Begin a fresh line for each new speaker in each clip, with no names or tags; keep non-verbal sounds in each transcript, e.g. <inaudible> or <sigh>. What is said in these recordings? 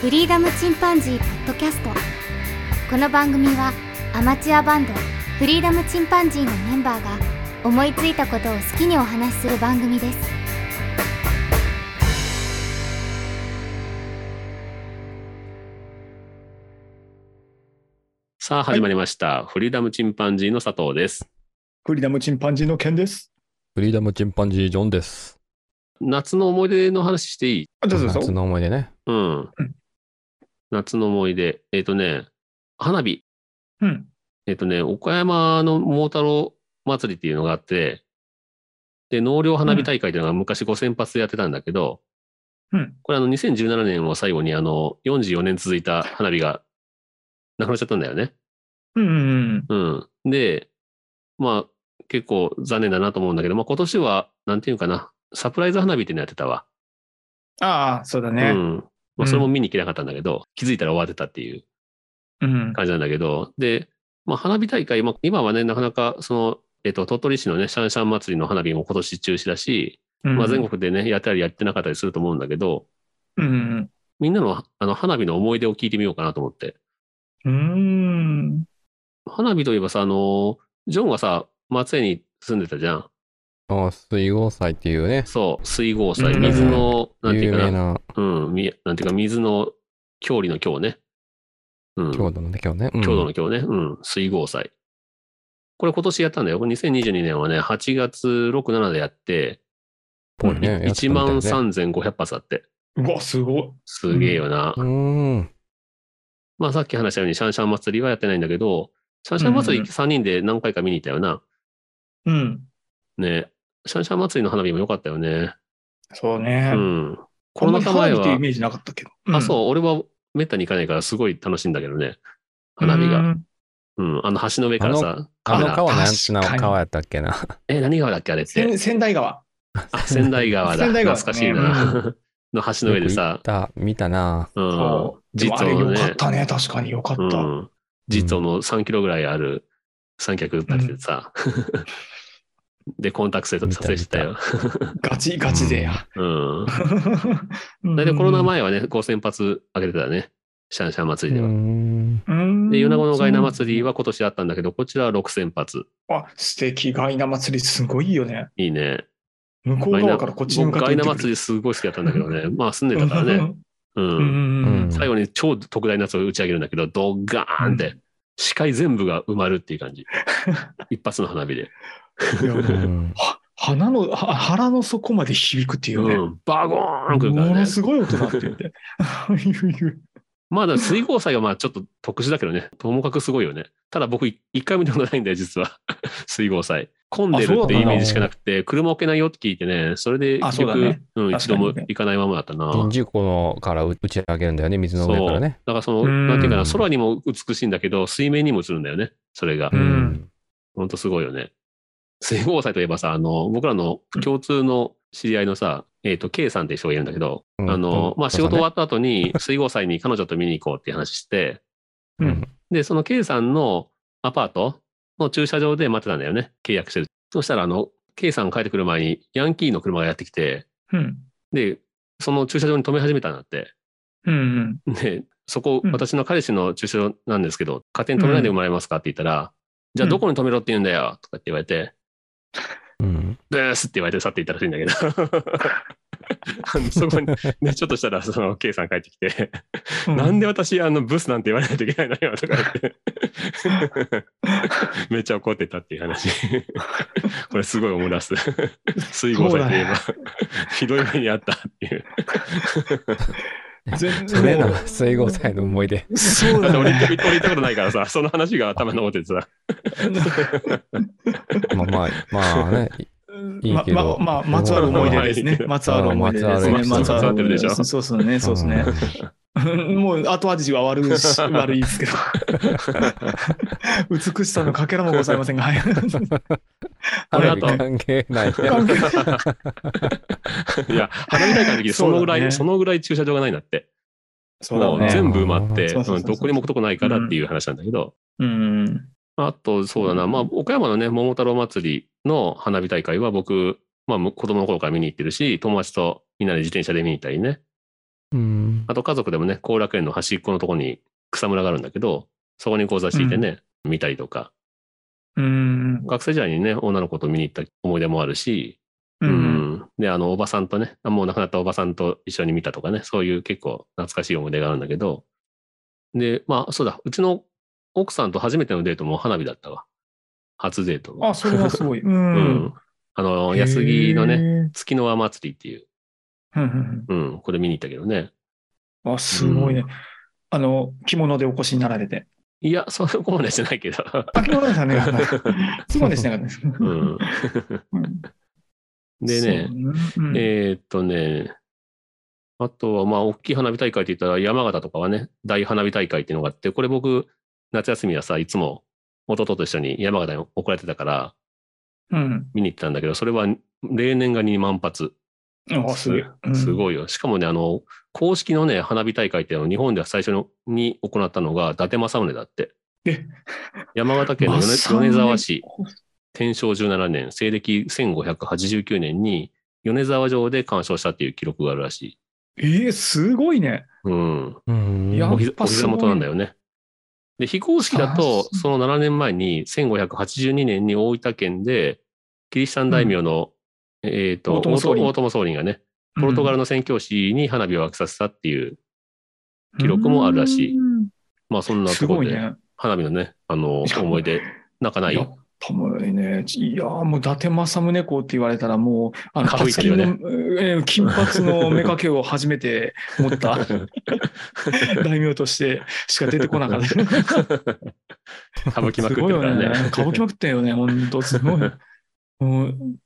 フリーダムチンパンジーポッドキャストこの番組はアマチュアバンドフリーダムチンパンジーのメンバーが思いついたことを好きにお話しする番組です
さあ始まりました、フリーダムチンパンジーの佐藤です。
フリーダムチンパンジーの件です。
フリーダムチンパンジー・ジョンです。
夏の思い出の話していい
あ、どうぞどう
夏
ぞ。
の思い出ね。
うん
うん。
夏の思い出。えっ、とね、花火。
うん。
えっ、とね、岡山の桃太郎祭りっていうのがあって、で、納涼花火大会っていうのが昔5000発でやってたんだけど、
うん。
これあの2017年を最後にあの44年続いた花火がなくなっちゃったんだよね。
うんうん
うん。で、まあ、結構残念だなと思うんだけど、まあ今年は、なんていうかな、サプライズ花火っていうのやってたわ。
ああ、そうだ
う
ね。
ん。まあ、それも見に行けなかったんだけど、気づいたら終わってたっていう
うん。
感じなんだけど、で、まあ、花火大会、まあ、今はね、なかなか、その、えっと、鳥取市のね、シャンシャン祭りの花火も今年中止だし、
うん
まあ、全。国でね、やったりやってなかったりすると思うんだけど、
うん。
みんなのあの花火の思い出を聞いてみようかなと思って。
うん。
花火といえばさ、あの、ジョンがさ、松江に住んでたじゃん。
ああ、水郷祭っていうね、
そう、水郷祭、
うん
水の、なんてい
有
うか
名
な、
な
うん、みなんていうか、水の、郷里の郷ね。うん、
郷土なんだけどね。うん
郷土の郷ね、うん、水郷祭。これ今年やったんだよ。これ2022年はね、8月6、7でやって、
ぽいね。やつ
1
みた
万
いね。
3500発だって。
うわ、すごい。
すげえよな。
うーん。
まあさっき話したようにシャンシャン祭りはやってないんだけど、シャンシャン祭り3人で何回か見に行ったよな。
うん。
ね。シャンシャン祭りの花火も良かったよね。
そう
う
ね。
ん。コ
こん
ロナ
なに
禍前
花火っていうイ
は
メ、ージなかったけど。
あ、そう、俺はめったに行かないからすごい楽しいんだけどね。花火が。
が。
うん。あの橋の上からさ、カ
あ
メ
の
ラ。
川なん
確か
な
に
川やったっけな。
え、何川だっけあれって。
仙仙台川。
あ、仙台川だ。
<laughs> 仙台
懐
川
か
だね
しいな。の橋の上で
よ
さ
く行っ、た、見たな。
うん
そ。う。でもあれ
の
よかったね。確かによかっ
う
た。
ん。実の3キロぐらいある三脚立ててさ、で、コンタクトで撮影してたよ。
ガチガチでや。
うん。
うん
大体コロナ。前はね、5000発上げてたね。シャンシャン
う
祭
ー
りでは。 <laughs>
ん。
うん
で、米子のガイナ祭り。は今年あったんだけど、こちらは6000発。
あ、素敵。ガイナ祭りすごいよね。
いいね。
向こう側からこっちに向かって
ガイ
撃っ
ナ
てくる。
祭りすごい好きだったんだけどね。まあ住んでたからね。う。
うんん。うん。
最後に超特大なやつを打ち上げるんだけど、ドガーンっ
う
て、視界全部が埋まるっていう感
<laughs>
じ。一発の花火で。
いやも
う
うんは鼻の、は腹の底まで響くっていうね。
うん、バゴーンくるから
も
ね
の。すごい音だって言って。
まあ、だから水郷祭がまあちょっと特殊だけどね、ともかくすごいよね。ただ僕、い一回見たことないんだよ、実は。 <laughs> 水郷祭。混んでるってイメージしかなくて、車置けないよって聞いてね、それで
あ
結
そうだ
局、
ね
うん、一度も
確かにね
行かないままだったな。
臨時湖のから打ち上げるんだよね、水の上
そう。
から
だ
ね。
からその、
うん
なんていうかな、空にも美しいんだけど、水面にも映るんだよね、それが
う。ん。
ほんとすごいよね。水郷祭といえばさ、あの、僕らの共通の知り合いのさ、えっ、と、K さんって人がいるんだけど、
うん
あの、
うん
まあ、仕事終わった後に、水郷祭に彼女と見に行こうっていう話して、
う
うんん。
で、その K さんのアパートの駐車場で待ってたんだよね、契約してる。そしたら、あの、K さん帰ってくる前に、ヤンキーの車がやってきて、
うん。
で、その駐車場に止め始めたんだって。
うん。
で、そこ、
うん
私の彼氏の駐車場なんですけど、勝手に止めないでもらえますかって言ったら、じゃあどこに止めろって言うんだよとかって言われて、
うん。
ですって言われて去っていったらしいんだけど。 <laughs> あのそこに、ね、ちょっとしたら、その、K さん帰ってきて、なんで私、あの、ブスなんて言わないといけないのよ、とか言
<laughs>
って。めっちゃ怒ってたっていう話。これすごい思い出す。水郷祭といえば、ひどい目にあったっていう。
全
それ
然
な、水郷祭の思い出。
そう
だっ
だ
て俺行った <laughs>
ね。
俺行ったことないからさ、その話が頭に残っててさ。
<laughs> まあまあ、まあね、いいけど
ままままつわる思い出ですね。まつわる思い出ですね。
うんまつ
ま
まつわる
わる
つわってるでしょ
そうそうね。そうですね。もう後味は悪いし、悪いですけど。美しさのかけらもございませんが、はい。
あ
俺
れ
<laughs> あと
関係ない。
関係ない
いや、花火大会の時、そのぐらい、
そうだね
そのぐらい駐車場がないんだって。
そう
も
だ
う
ね。
全部埋まって、
そうそうそううんそう
どこにも置くとこないからっていう話なんだけど、
うん。
あと、そうだな、まあ、岡山のね、桃太郎祭りの花火大会は僕、まあ、む子供の頃から見に行ってるし、友達とみんなで自転車で見に行ったりね、
うん。
あと家族でもね、後楽園の端っこのとこに草むらがあるんだけど、そこに講座敷いてね、見たりとか、
うん。
学生時代にね、女の子と見に行った思い出もあるし、
う。
うんんで、あの、おばさんとね、あもう亡くなったおばさんと一緒に見たとかね、そういう結構懐かしい思い出があるんだけど、で、まあ、そうだ、うちの奥さんと初めてのデートも花火だったわ。初デートが。
あ、それは
<laughs>
すごい。う。
うんん。あの、安木の
へ
ね、
ー。
月の輪祭りっていう、
うんうん
うん、これ見に行ったけどね。
うんあ、すごいね
う。
あの、着物でお越しになられて。
いや、そこまでじゃないけ
<laughs>
ど。
あ、着物で
<laughs>
すよね。すごいですね。う
うん
ん。
でね、
そうね。
えーっとね、あとは、まあ、大きい花火大会って言ったら、山形とかはね、大花火大会っていうのがあって、これ僕、夏休みはさ、いつも弟と一緒に山形に送られてたから、
うん。
見に行ってたんだけど、それは例年が2万発。
うん。あ、すごい。うん
すごいよ。しかもね、あの、公式のね、花火大会っていうのを日本では最初のに行ったのが、伊達政宗だって。
え
山形県の米
まさに
米沢市。天正17年、西暦1589年に米沢城で鑑賞したっていう記録があるらしい。
ええ、すごいね。
うん。
うん。
いや
おひざ
ぱ
お
す
膝
ごい
元なんだよね。で、非公式だと
さ、す
その7年前に、1582年に大分県で、キリシタン大名の、えっ、と、
大友総理
大友総理がね、ポルトガルの宣教師に花火を開けさせたっていう、記録もあるらしい
うん。
まあそんな
す
とこ
ご
ろ
い
で、
ね。
花火のね、あの、思い出、泣かない
や
よ。
っぱもいね。いやーもう伊達政宗公って言われたらもう、あの、
かっこいいけどね
初金のえー金髪の目かけを初めて持った
<laughs>
大名としてしか出てこなかった。
歌舞伎まく
す
っ
ご
てる
いよ
から
ね。
ね。
<laughs> 歌舞伎まくってんよね、本当すごい。うん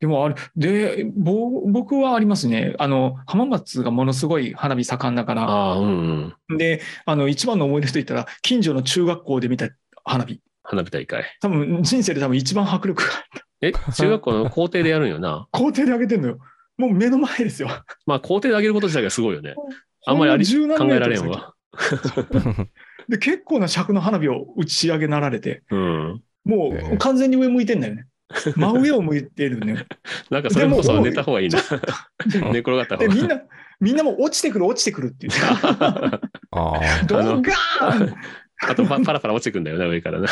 でもあれ、で、ぼ僕はありますね。あの、浜松がものすごい花火盛んだから、
ああ、うんうん。
で、あの、一番の思い出と言ったら、近所の中学校で見た花火。
花火大会。
多分、人生で多分一番迫力が、
え、中学校
<laughs>
の校庭でやるんよな。
校庭で上げてんのよ。もう目の前ですよ。
まあ、校庭で上げること自体がすごいよね。あんまりあり
ほんの
考
17
えられん
メートル先
わ。
で、結構な尺の花火を打ち上げなられて、
うん。
も
ええ
う完全に上向いてんだ
<laughs>
よね。真上を向いてるのよ。
なんかそれこ
で
そ
も
寝た方がいいな。 <laughs> 寝転がった方
で、みん
が。
な、みんなもう落ちてくる、落ちてくる
<laughs>
って言って。
ああ。
<laughs> ドンガーン
あとパ、パラパラ落ちてくんだよね、上からね。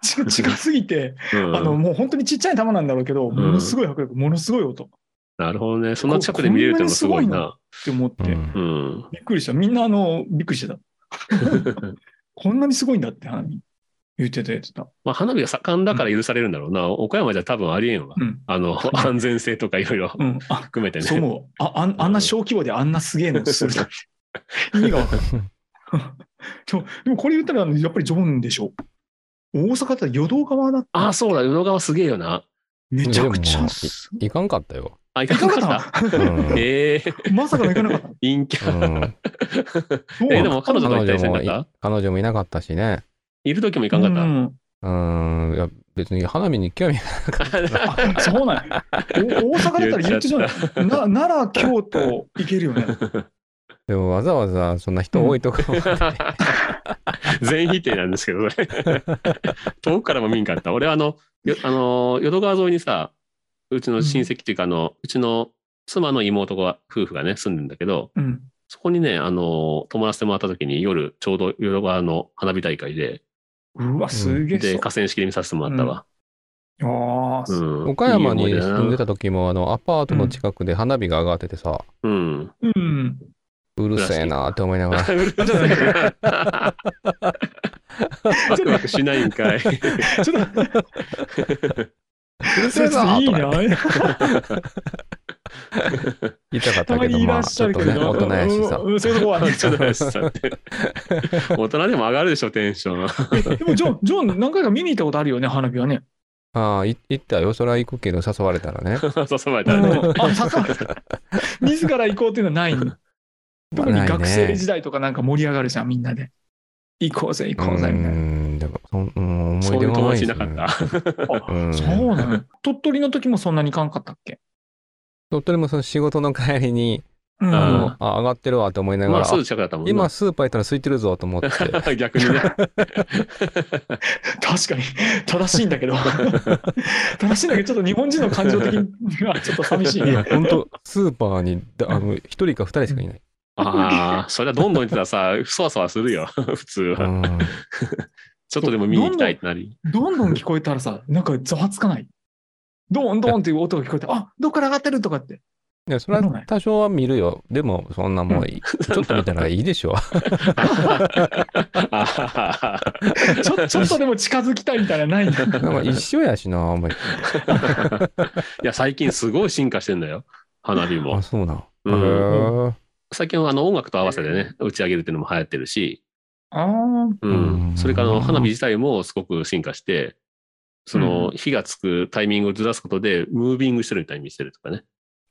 ち近すぎて、
うん
あの、もう本当にちっちゃい球なんだろうけど、
ん
ものすごい迫力、ものすごい音っ
なるほどね。そんな近くで見れるってのもすごいな。
て思って、
うん
うん。
びっくりした。みんな、あの、びっくりしてた。こんなにすごいんだって、花火。言ってた、言ってた。
まあ、花火が盛んだから許されるんだろうな。岡山じゃ多分ありえんわ。
<laughs> うん。
あの、安全性とかいろいろ
うん。あ、
含めてね。
そう思う。あ、あんあんな小規模であんなすげえのするなんて。意味がわかんない。ちょでもこれ言ったら、あのやっぱりジョンでしょ。大阪だったら淀川だって。
ああ、そうだ、淀川すげえよな。
めちゃくち
でもま
ゃ
あ
す。
いかんかったよ。
あ、行
行
か
か
な
な
か
か
っ
った
う
た。
ん。
ええ
まさかの行かなかった。
陰キ
う
ャ。
ん
どう
えで
なの
も彼女と行ったりしてな
彼
かった
彼女もいなかったしね。
いる時も行かな
う
かっ
ん
うん。いや、別に花火に興味が
た。
あそうなんやお大阪だったら言ってじゃない。な奈良、京都行けるよね。
でもわざわざそんな人多いとこ <laughs> ろまで
<laughs> 全否定なんですけど、それ遠くからも見んかった。俺はあの、よあの淀川沿いにさ、うちの親戚っていうか、あの、うちの妻の妹が、夫婦がね、住んでんだけど、
うん。
そこにね、あの、泊まらせてもらった時に夜、ちょうど淀川の花火大会で、
うわ、すげえ
で、
そう。
河川敷で見させてもらったわ。
ああ、
うん
岡山に
いい思い出だな
住んでた時も、あの、アパートの近くで花火が上がっててさ、
うん。
うん。
うるせえなって思いながら、
<laughs> うるせえな <laughs> ワクワクしないんかい。
ちょっと、
うるせえないー
い
とか
な。
言いたかった
たま <laughs>
けど、
にい
ま
ら
あ、
っ
ち
し
ょ
ゃ
っ
る
と
け
ね、
ど。
大人やしさ。
うんうんそういうとこはね。
ちょっと <laughs> 待ってさって大人でも上がるでしょ、テンション。
<laughs>
でも、ジョン、ジョン、何回か見に行ったことあるよね、花火はね。
ああ、い行ったよ。それは行くけど、誘われたらね。
誘われ
う
たらね。
んあ、誘われた。 <laughs> 自ら行こうっていうのは
<laughs>
ないの特に学生時代とかなんか盛り上がるじゃん、みんなで。行こうぜ、行こうぜ、
代
みたいな。
ん、でも、そんうん
そ
思いう
い
出
う
が
友
ない
達い
です
なか
ね。
った。
う
<laughs>
ん
そう
<laughs>
なの。鳥取の時もそんなに行かんかったっけ
鳥取もその仕事の帰りに、
うん
あ
あ
の
のあ上がってるわと思いなが
まあ、
ら、
すぐ近くだったもんね。
今スーパー行ったら空いてるぞと思って
<laughs> 逆にね。
確かに、正しいんだ
<laughs>
けど、正しいんだけど、ちょっと日本人の感情的にはちょっと寂しい
いや
ね。
本当スーパーに
<laughs>
だあの一人か二人しかいない、
ああ、それはどんどん行ってたらさ、そわそわするよ、 <laughs> 普通
う
は。
ん、
ちょっとでも見に行きたいってなり。
どんどん聞こえたら <laughs> さ、なんかざわつかない。ドンドンっていう音が聞こえて、あどっから上がってるとかって。
いやそれは多少は見るよでもそんなもういちょっと見たらいいで
<laughs>
しょ
あ
ち <laughs> ょちょっとでも近づきたいみたいなのないんだ。
なんか一緒やしなあんまり
ー <laughs> いや、最近すごい進化してんだよ、花火も
あ。そうなん、
うん
へえ
最近はあの音楽と合わせてね、打ち上げるっていうのも流行ってるし、
<laughs> あー
うん
うん
それからあの花火自体もすごく進化して、その火がつくタイミングをずらすことで、ムービングしてるみたいに見せるとかね。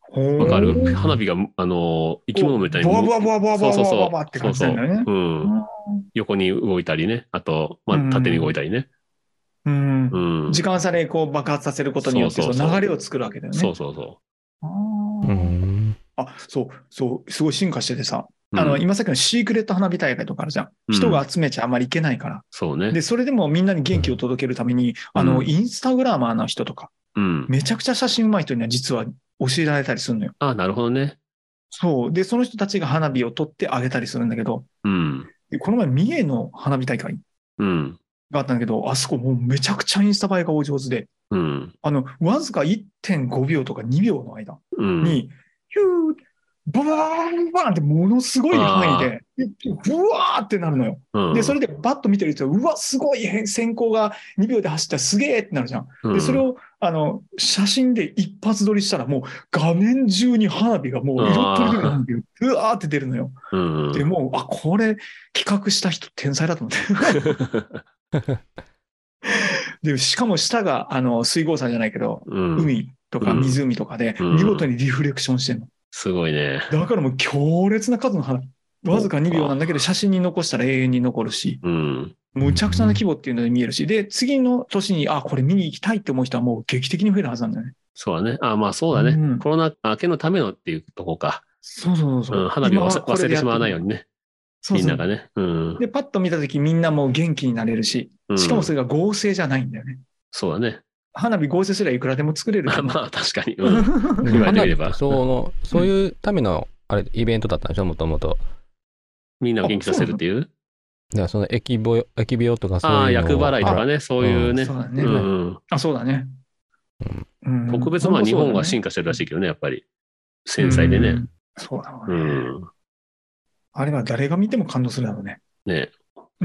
ほー
わかる花火が、あの、生き物みたいに。
ボワボワボワボワボ
そうそう
ワボ
そ
ワ
う
ボワって感じなんだよね。
そうそううん
うん
横に動いたりね。あと、ま
うん
あ、縦に動いたりね。
うん
うん。
時間差でこう爆発させることによって
そ
そう
そうそう
の流れを作るわけだよね。
そうそうそ
あ
う
ー
ん
あそうそうすごい進化しててさ、
う。
あの
うん
今さっきのシークレット花火大会とかあるじゃん
うん
人が集めちゃあんまりいけないから、
そうね。
でそれでもみんなに元気を届けるために、あ
う
の
ん
インスタグラマーの人とか
うん。
めちゃくちゃ写真うまい人には実は教えられたりするのよ。
ああ、なるほどね。
そうでその人たちが花火を撮ってあげたりするんだけど
うん。
でこの前三重の花火大会
うん。
があったんだけどあそこもうめちゃくちゃインスタ映えがお上手で
うん。
あのわずか1.5秒とか2秒の間
うん。
に、ヒュー、バーンバーンってものすごい範囲で、ブワーってなるのよ。
うん、
で、それでバッと見てる人は、うわ、すごい変先行が2秒で走った、すげえってなるじゃん。
うん
で、それ、を、あの、写真で一発撮りしたら、もう画面中に花火がもう色とりどりの花火が、うわーって出るのよ。
うん、
でもう、あ、これ、企画した人、天才だと思って。
<laughs>
で、しかも下が、あの、水郷祭じゃないけど、
うん、
海とか
うん
湖とかで、
うん
見事にリフレクションしてるの。
すごいね。
だからもう強烈な数の花。わずか2秒なんだけど、写真に残したら永遠に残るし、
うん。
むちゃくちゃな規模っていうので見えるし、で、次の年に、あ、これ見に行きたいって思う人はもう劇的に増えるはずなんだよね。
そうだね。ああ、まあそうだね。
うん
コロナ明けのためのっていうとこか。
そうそうそうそう。
うん、花火を
今は
忘
こ
忘れ
で
て
やっ
しまわないようにね。
そうそ
み
う
んながね。うん。
で、パッと見たときみんなもう元気になれるし、
うん
しかもそれが合成じゃないんだよね。
そうだね。
花火合成すればいくらでも作れる
ま
け
あ
ど。
<laughs> まあ、確かに。うん。言われてみれば
花火ってそのそういうためのあれイベントだったんでしょもともと
みんなを元気させるっていう。
だからその疫病疫病とかそういうの
ああ、厄払いとか
ね
ね、そういうね。
<laughs> そうだ
う
ね。
ん。
あ、そうだね。うん
特別まあ日本は
化
進化してるらしいけどね、やっぱり。繊細でね。。
そうだわ
う
ね。
ん。
あれは誰が見ても感動するだろうね。
ね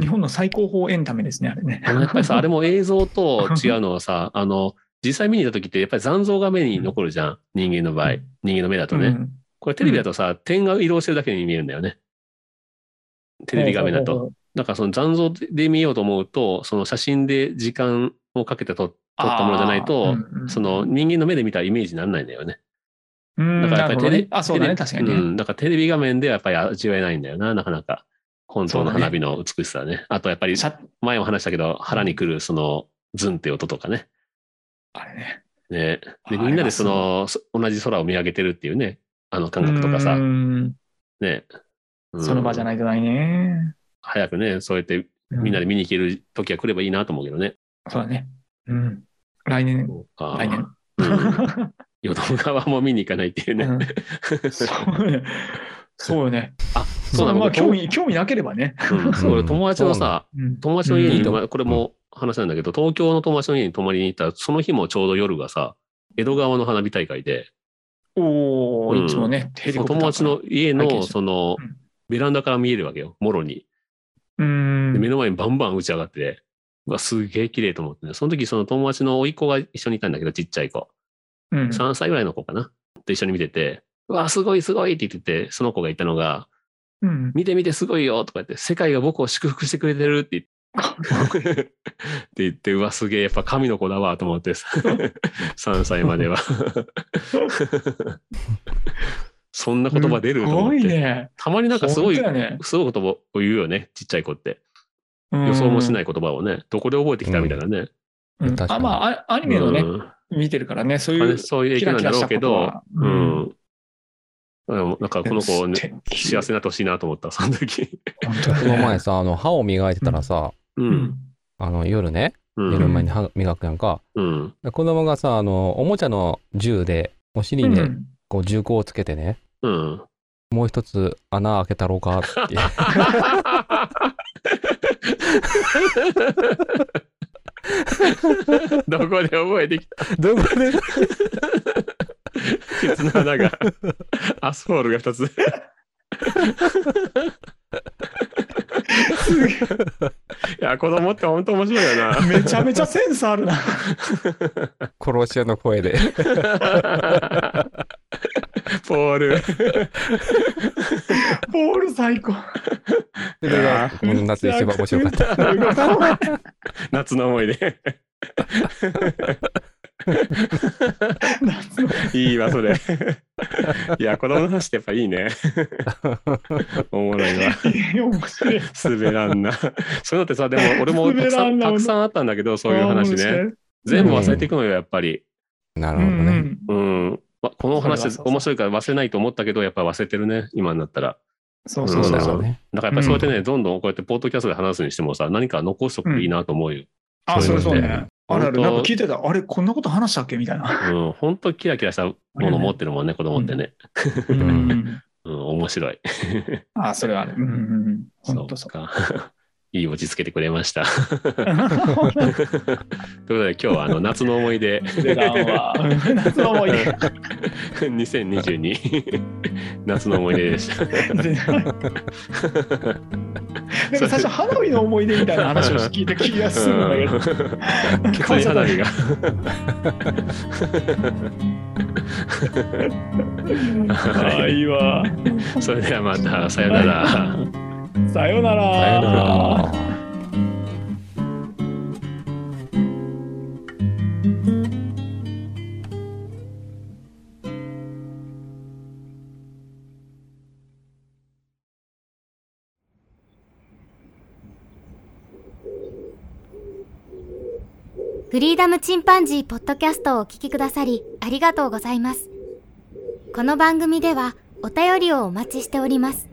日本の最高峰エンタメですね、あれね。
やっぱり
<laughs>
さ、あれも映像と違うのはさ、あの、実際見に行った時ってやっぱり残像が目に残るじゃん。人間の場合。人間の目だと
う
ね。
ん
これテレビだとさ、点が移動してるだけに見えるんだよね。テレビ画面だと。。だからその残像で見ようと思うと、その写真で時間をかけて撮撮ったものじゃないと、その人間の目で見たイメージにならないんだよね。
だ
だからやっぱりテレ、
あ、そうだ
テレ
ね、確かにね。
うん。だからテレビ画面ではやっぱり味わえないんだよな、なかなか。本当の花火の美しさね。あとやっぱり
シ、ャッ
前も話したけど、腹に来るその、ズンって音とかね。
あれね。
ね。
あ
で、みんな
ありま
ですその、そ同じ空を見上げてるっていうね、あの感覚とかさ
う、ん
ね。うん
その場じゃないとないね。
早くね、そうやって
う
みんなで見に行ける時が来ればいいなと思うけどね。
そうだね。うん。来年。
あー
来年。
うん淀川も見に行かないっていうね。
うんそうねそうよね。
あ、
そ
そうう
だ、
だ、
まあ、
僕、
興味、興味なければね。
うんそう俺友達のさ、
うん
友達の家
うんいい
に、
と思う
まあこれも話なんだけど、東京の友達の家に泊まりに行ったら、その日もちょうど夜がさ、江戸川の花火大会で、
お
うん
ー、いつもね、ヘリ
そ
コ
の
プター
友達の家
拝見
の、
した
その
うん、
ベランダから見えるわけよ、もろに。
う
で目
ん。
の前にバンバン打ち上がってて、うわ、すげえ綺麗と思ってね。その時、その友達の甥っ子が一緒にいたんだけど、ちっちゃい子。
うん
3歳ぐらいの子かな。と一緒に見てて、うわ、すごいすごいって言ってて、その子が言ったのが、
うん
見て見てすごいよとか言って、世界が僕を祝福してくれてるっ
<laughs>
て言って、って言って、うわ、すげえ、やっぱ神の子だわと思って、3歳ま
<laughs>
では。そんな言葉出る
す
と思
ご
っ
い
て。
ね。
たまになんかすごい、
本当やね。
すごい言葉を言うよね、ちっちゃい子って。予想もしないい言葉をね、どこで覚えてきたみたいなね。
うん
確か
あ、
に
まあ、あアニメ
う
のね、
ん
見てるからね、そう
あ
い
れ
う
そういう
キ
影響
ラ
なん
キ
だろう
ラした
け
こと
ど
は、。
うん。でもなんかこの子、 <laughs> ね、幸せ
せ。
になってほしいなと思った、その時。
本当だ
この
ね
前さ、あの、歯を磨いてたらさ、
う。
うんん。
あの、夜ね、
うん。
寝
う
る
ん
前に歯磨くやんか。
うん。
で子供がさ、あの、おもちゃの銃で、お尻
う
に
ん
こう銃口をつけてね、
うん。
もう一つ穴開けたろうかって。
<laughs>
どこで覚えてきた
どこで
ケツの穴 <laughs> が、アスフォールが2つ。
すげえ
いや、子供って本当面白いよな。
めちゃめちゃセンスあるな。 <laughs>
殺し屋の声で。
ポール。
ボール最高。
それが、この夏一番面白かった。
た。動かない
夏の思い出。
夏の
いいわ、それ。いや、子供の話ってやっぱいい <laughs> ね。おもろいな。
家面白い。
滑らんな。 <laughs> そういうのってさ、でも俺もたくさん
滑らんな
たくさんあったんだけど、そういう話ね。。全部忘れていくのよ、やっぱり。
な
う
るほど
んう
ね。
ん。
うん。まこの話
そうそうそう
面白いから忘れないと思ったけど、やっぱ忘れてるね、今になったら。
そうそうそう
なる
そ
ほ
う
ど。ね。
だからやっぱりそうやってね、どんどんこうやってポッドキャストで話すにしてもさ、何か残しとくといいなと思うよ。
あ、それそう
そういうの
ね
ね。
あるあ
本
る。な
当
んか聞いてた。あれ、こんなこと話したっけみたいな。
うん。ほんとキラキラしたもの持ってるもんね、子供ってね。
うん。
うん、面白い。
あ、それはある。うんうんうん。本当そう。
か。 <laughs> いい落ち着けてくれました。
本
ということで今日は
<laughs>
あの夏の思い出
当だわ夏の思い出。
<laughs> 2022夏の思い出でした。
でなんか最初花火の思い出みたいな話を聞いた気がするんだけ
<laughs>
ど。
うんケツに花火
<laughs>
が。
あいいわ。
それではまたさよなら。
さよなら。
さよなら。
フリーダムチンパンジーポッドキャストをお聞きくださりありがとうございます。この番組ではお便りをお待ちしております。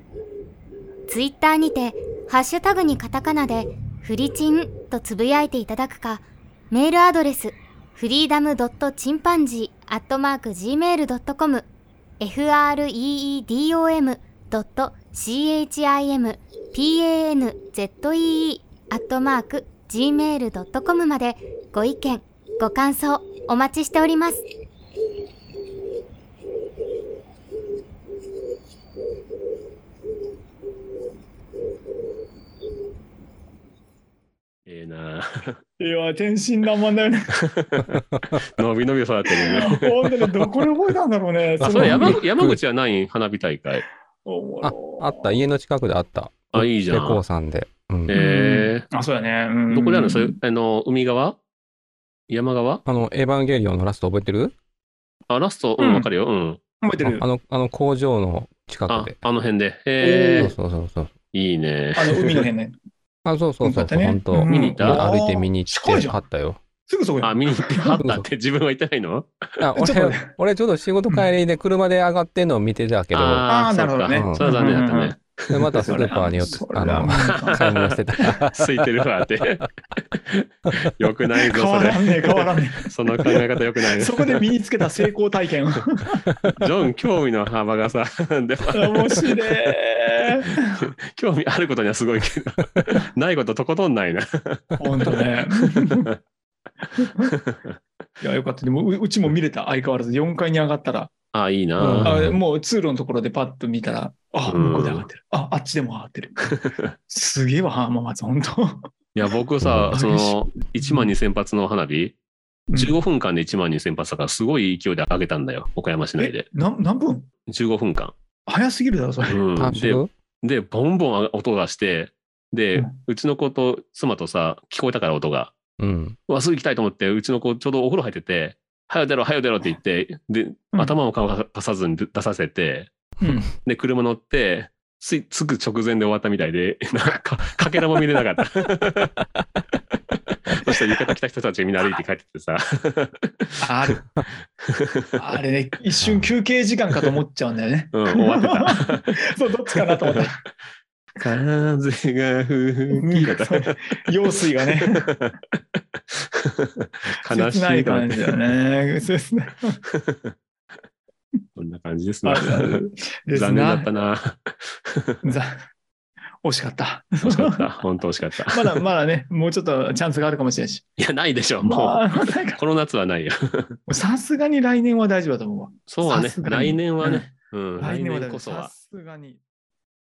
ツイッターにて、ハッシュタグにカタカナで、フリチンとつぶやいていただくか、メールアドレス、フリーダムドットチンパンジーアットマーク Gmail.com、freedom ドット chimpanzee アットマーク Gmail.com までご意見、ご感想お待ちしております。
ええな。
いや、天真爛漫だよね。
伸び伸び育って
<laughs>
るね。
本当にどこで覚えたんだろうね。
あ、それ山山口はない花火大会。
おも
あ
ろ、
あった。家の近くであった。
あ、いいじゃ
で、こ
ん
う。さんで。うん
え
あ、そうやね。うん
どこであるのそれ、あの、海側山側
あの、エヴァンゲリオンのラスト覚えてる
あ、ラスト、う
うん
ん、わかるよ。うん。
覚えてる
あ。の、あの工場の近
あ
くで。、
あの辺で。へ
そう
え、
そうそうそう。
いいね。
あの、海の辺ね。
あ、そうそう
よか
そ
っ
う
た
そう、
ね
本当、
うん
見に行った
歩いて見に行
近い
って、
じゃん
買っ
<laughs>
たよ。
すぐそこや
あ、見に行ってはったって、自分は行ってないの
あ
ちょっと
俺
ね、
俺ちょうど仕事帰りで車で上がってんのを見てたけど、
あ
あー
ー
なるほどね
そっかそれは残念だった
うんうんう
ね
ん。
でまたスーパーによって
そ、れ
あ
は
の、買い物してた。
空いてるわ
<laughs>
って。よくないぞ、
変わ
そ
ら
れ。
んね変わらんね
その考え方よく <laughs> ないね。ジ
そこで身につけた成功体
<laughs>
験。
ョン、興味の幅がさ、 <laughs> でも
面白い。
興味あることにはすごいけど、ないこととことんないな。
本
<laughs>
当ね。いや、よかった。でも、ううちも見れた、相変わらず。4階に上がったら、
あ、いい
うん
な。
あもう通路のところでパッと見たら、あ、
うん
向こうで上がってる。あ、あっちでも上がってる。すげえわ、浜松、本当。
いや、僕さ、
うん
その、1万2000発の花火、15分間で1万2000発だから、すごい勢いで上げたんだよ、岡山市内
え
で。、
な何分
15分間。
早すぎるだろ、それ。
うん
あ、
で、
そう
で、ボンボン音がして、で、
う
うんちの子と妻とさ、聞こえたから音が。
うん。
うわ、すぐ行きたいと思って、うちの子ちょうどお風呂入ってて、はよ出ろ、はよ出ろって言って、で、
うん
頭を乾かさずに出させて、
うん
で、車乗って、つい、つく <laughs>
<laughs>
直前で終わったみたいで、なんか、かけらも見れなかった。した浴衣着た人たちがみんな歩いて帰っててさ、
あ
<laughs>
る。あれね、一瞬休憩時間かと思っちゃうんだよね。
うん、終わってた。
<laughs> そう、どっちかなと思った。
風が吹きだった。
用水
<laughs>
がね、
悲し
切ないい
感
感
じ
じだね。そうですね。
こんな感じです
あ
な。
るあるですな
残念だった
<laughs>
な。
ざ惜しかった。
惜しかった。本当惜しかった。
<laughs> まだまだね、もうちょっとチャンスがあるかもしれないし。
いや、ないでしょ、も
まあ、 <laughs> なんか
う。この夏はないよ。
さすがに来年は大丈夫だと思うわ。
そうはね
さ、すがに
来年はね、うん、来
来年は
年
大丈夫
こそは
さ。すがに。